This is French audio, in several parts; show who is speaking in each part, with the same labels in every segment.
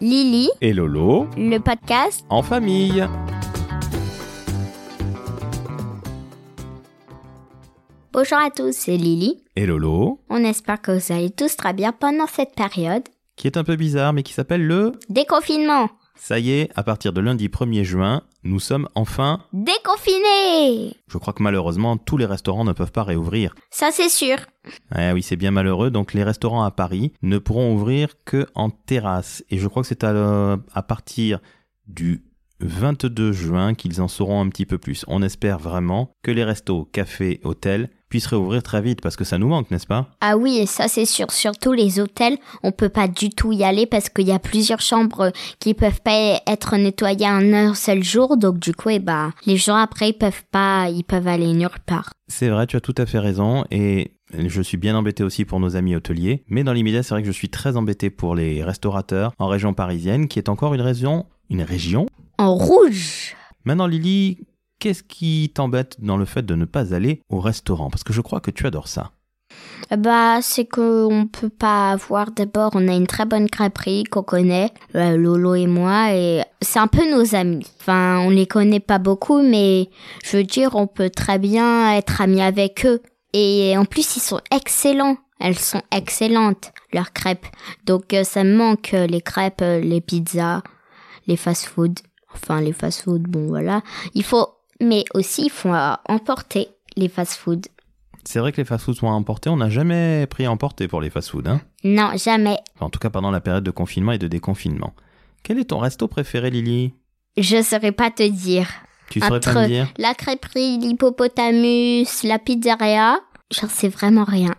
Speaker 1: Lily,
Speaker 2: et Lolo
Speaker 1: le podcast.
Speaker 2: en famille.
Speaker 1: Bonjour à tous, c'est Lily.
Speaker 2: Et Lolo,
Speaker 1: On espère que vous allez tous très bien pendant cette période.
Speaker 2: qui est un peu bizarre mais qui s'appelle le...
Speaker 1: Déconfinement
Speaker 2: Ça y est, à partir de lundi 1er juin, nous sommes enfin...
Speaker 1: Déconfiné
Speaker 2: Je crois que malheureusement, tous les restaurants ne peuvent pas réouvrir.
Speaker 1: Ça c'est sûr.
Speaker 2: Ah oui, c'est bien malheureux, donc les restaurants à Paris ne pourront ouvrir que en terrasse. Et je crois que c'est à, euh, à partir du 22 juin qu'ils en sauront un petit peu plus. On espère vraiment que les restos, cafés, hôtels puissent réouvrir très vite parce que ça nous manque, n'est-ce pas
Speaker 1: Ah oui, et ça c'est sûr. Surtout les hôtels, on peut pas du tout y aller parce qu'il y a plusieurs chambres qui peuvent pas être nettoyées en un seul jour. Donc du coup, eh bah, les gens après ils peuvent pas, ils peuvent aller nulle part.
Speaker 2: C'est vrai, tu as tout à fait raison et je suis bien embêté aussi pour nos amis hôteliers, mais dans l'immédiat, c'est vrai que je suis très embêté pour les restaurateurs en région parisienne qui est encore une région, une région.
Speaker 1: En rouge.
Speaker 2: Maintenant Lily, qu'est-ce qui t'embête dans le fait de ne pas aller au restaurant parce que je crois que tu adores ça.
Speaker 1: Bah, c'est qu'on peut pas avoir. D'abord, on a une très bonne crêperie qu'on connaît, euh, Lolo et moi, et c'est un peu nos amis. Enfin, on les connaît pas beaucoup, mais je veux dire, on peut très bien être amis avec eux. Et en plus, ils sont excellents. Elles sont excellentes, leurs crêpes. Donc, euh, ça me manque euh, les crêpes, euh, les pizzas, les fast-food. Enfin, les fast-food, bon, voilà. Il faut, mais aussi, il faut euh, emporter les fast-food.
Speaker 2: C'est vrai que les fast-foods sont à emporter, on n'a jamais pris à emporter pour les fast-foods hein.
Speaker 1: Non, jamais.
Speaker 2: Enfin, en tout cas pendant la période de confinement et de déconfinement. Quel est ton resto préféré Lily
Speaker 1: Je saurais pas te dire.
Speaker 2: Tu saurais pas
Speaker 1: Entre-
Speaker 2: me dire
Speaker 1: La crêperie, l'hippopotamus, la pizzeria, j'en sais vraiment rien.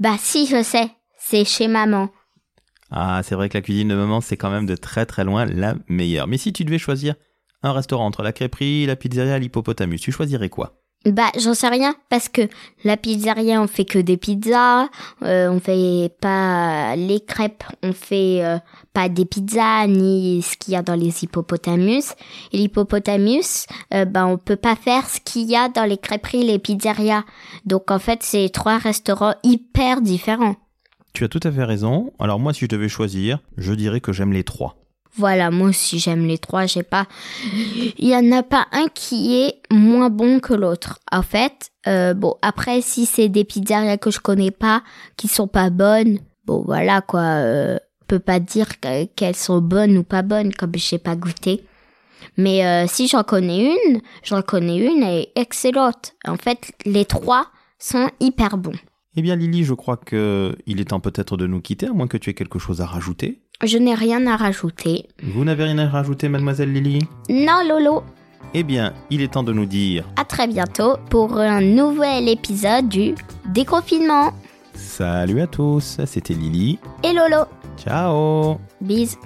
Speaker 1: Bah si, je sais, c'est chez maman.
Speaker 2: Ah, c'est vrai que la cuisine de maman, c'est quand même de très très loin la meilleure. Mais si tu devais choisir un restaurant entre la crêperie, la pizzeria, l'hippopotamus, tu choisirais quoi
Speaker 1: Bah j'en sais rien parce que la pizzeria on fait que des pizzas, euh, on fait pas les crêpes, on fait euh, pas des pizzas ni ce qu'il y a dans les hippopotamus. Et l'hippopotamus, euh, bah on peut pas faire ce qu'il y a dans les crêperies, les pizzerias. Donc en fait c'est trois restaurants hyper différents.
Speaker 2: Tu as tout à fait raison. Alors moi, si je devais choisir, je dirais que j'aime les trois.
Speaker 1: Voilà, moi aussi j'aime les trois, j'ai pas. Il y en a pas un qui est moins bon que l'autre. En fait, euh, bon, après, si c'est des pizzerias que je connais pas, qui sont pas bonnes, bon voilà quoi, euh, je peux pas dire que- qu'elles sont bonnes ou pas bonnes, comme j'ai pas goûté. Mais euh, si j'en connais une, j'en connais une, elle est excellente. En fait, les trois sont hyper bons.
Speaker 2: Eh bien Lily, je crois que il est temps peut-être de nous quitter, à moins que tu aies quelque chose à rajouter.
Speaker 1: Je n'ai rien à rajouter.
Speaker 2: Vous n'avez rien à rajouter, mademoiselle Lily
Speaker 1: Non, Lolo,
Speaker 2: Eh bien, il est temps de nous dire
Speaker 1: à très bientôt pour un nouvel épisode du déconfinement.
Speaker 2: salut à tous. C'était Lily.
Speaker 1: Et Lolo,
Speaker 2: Ciao
Speaker 1: bis.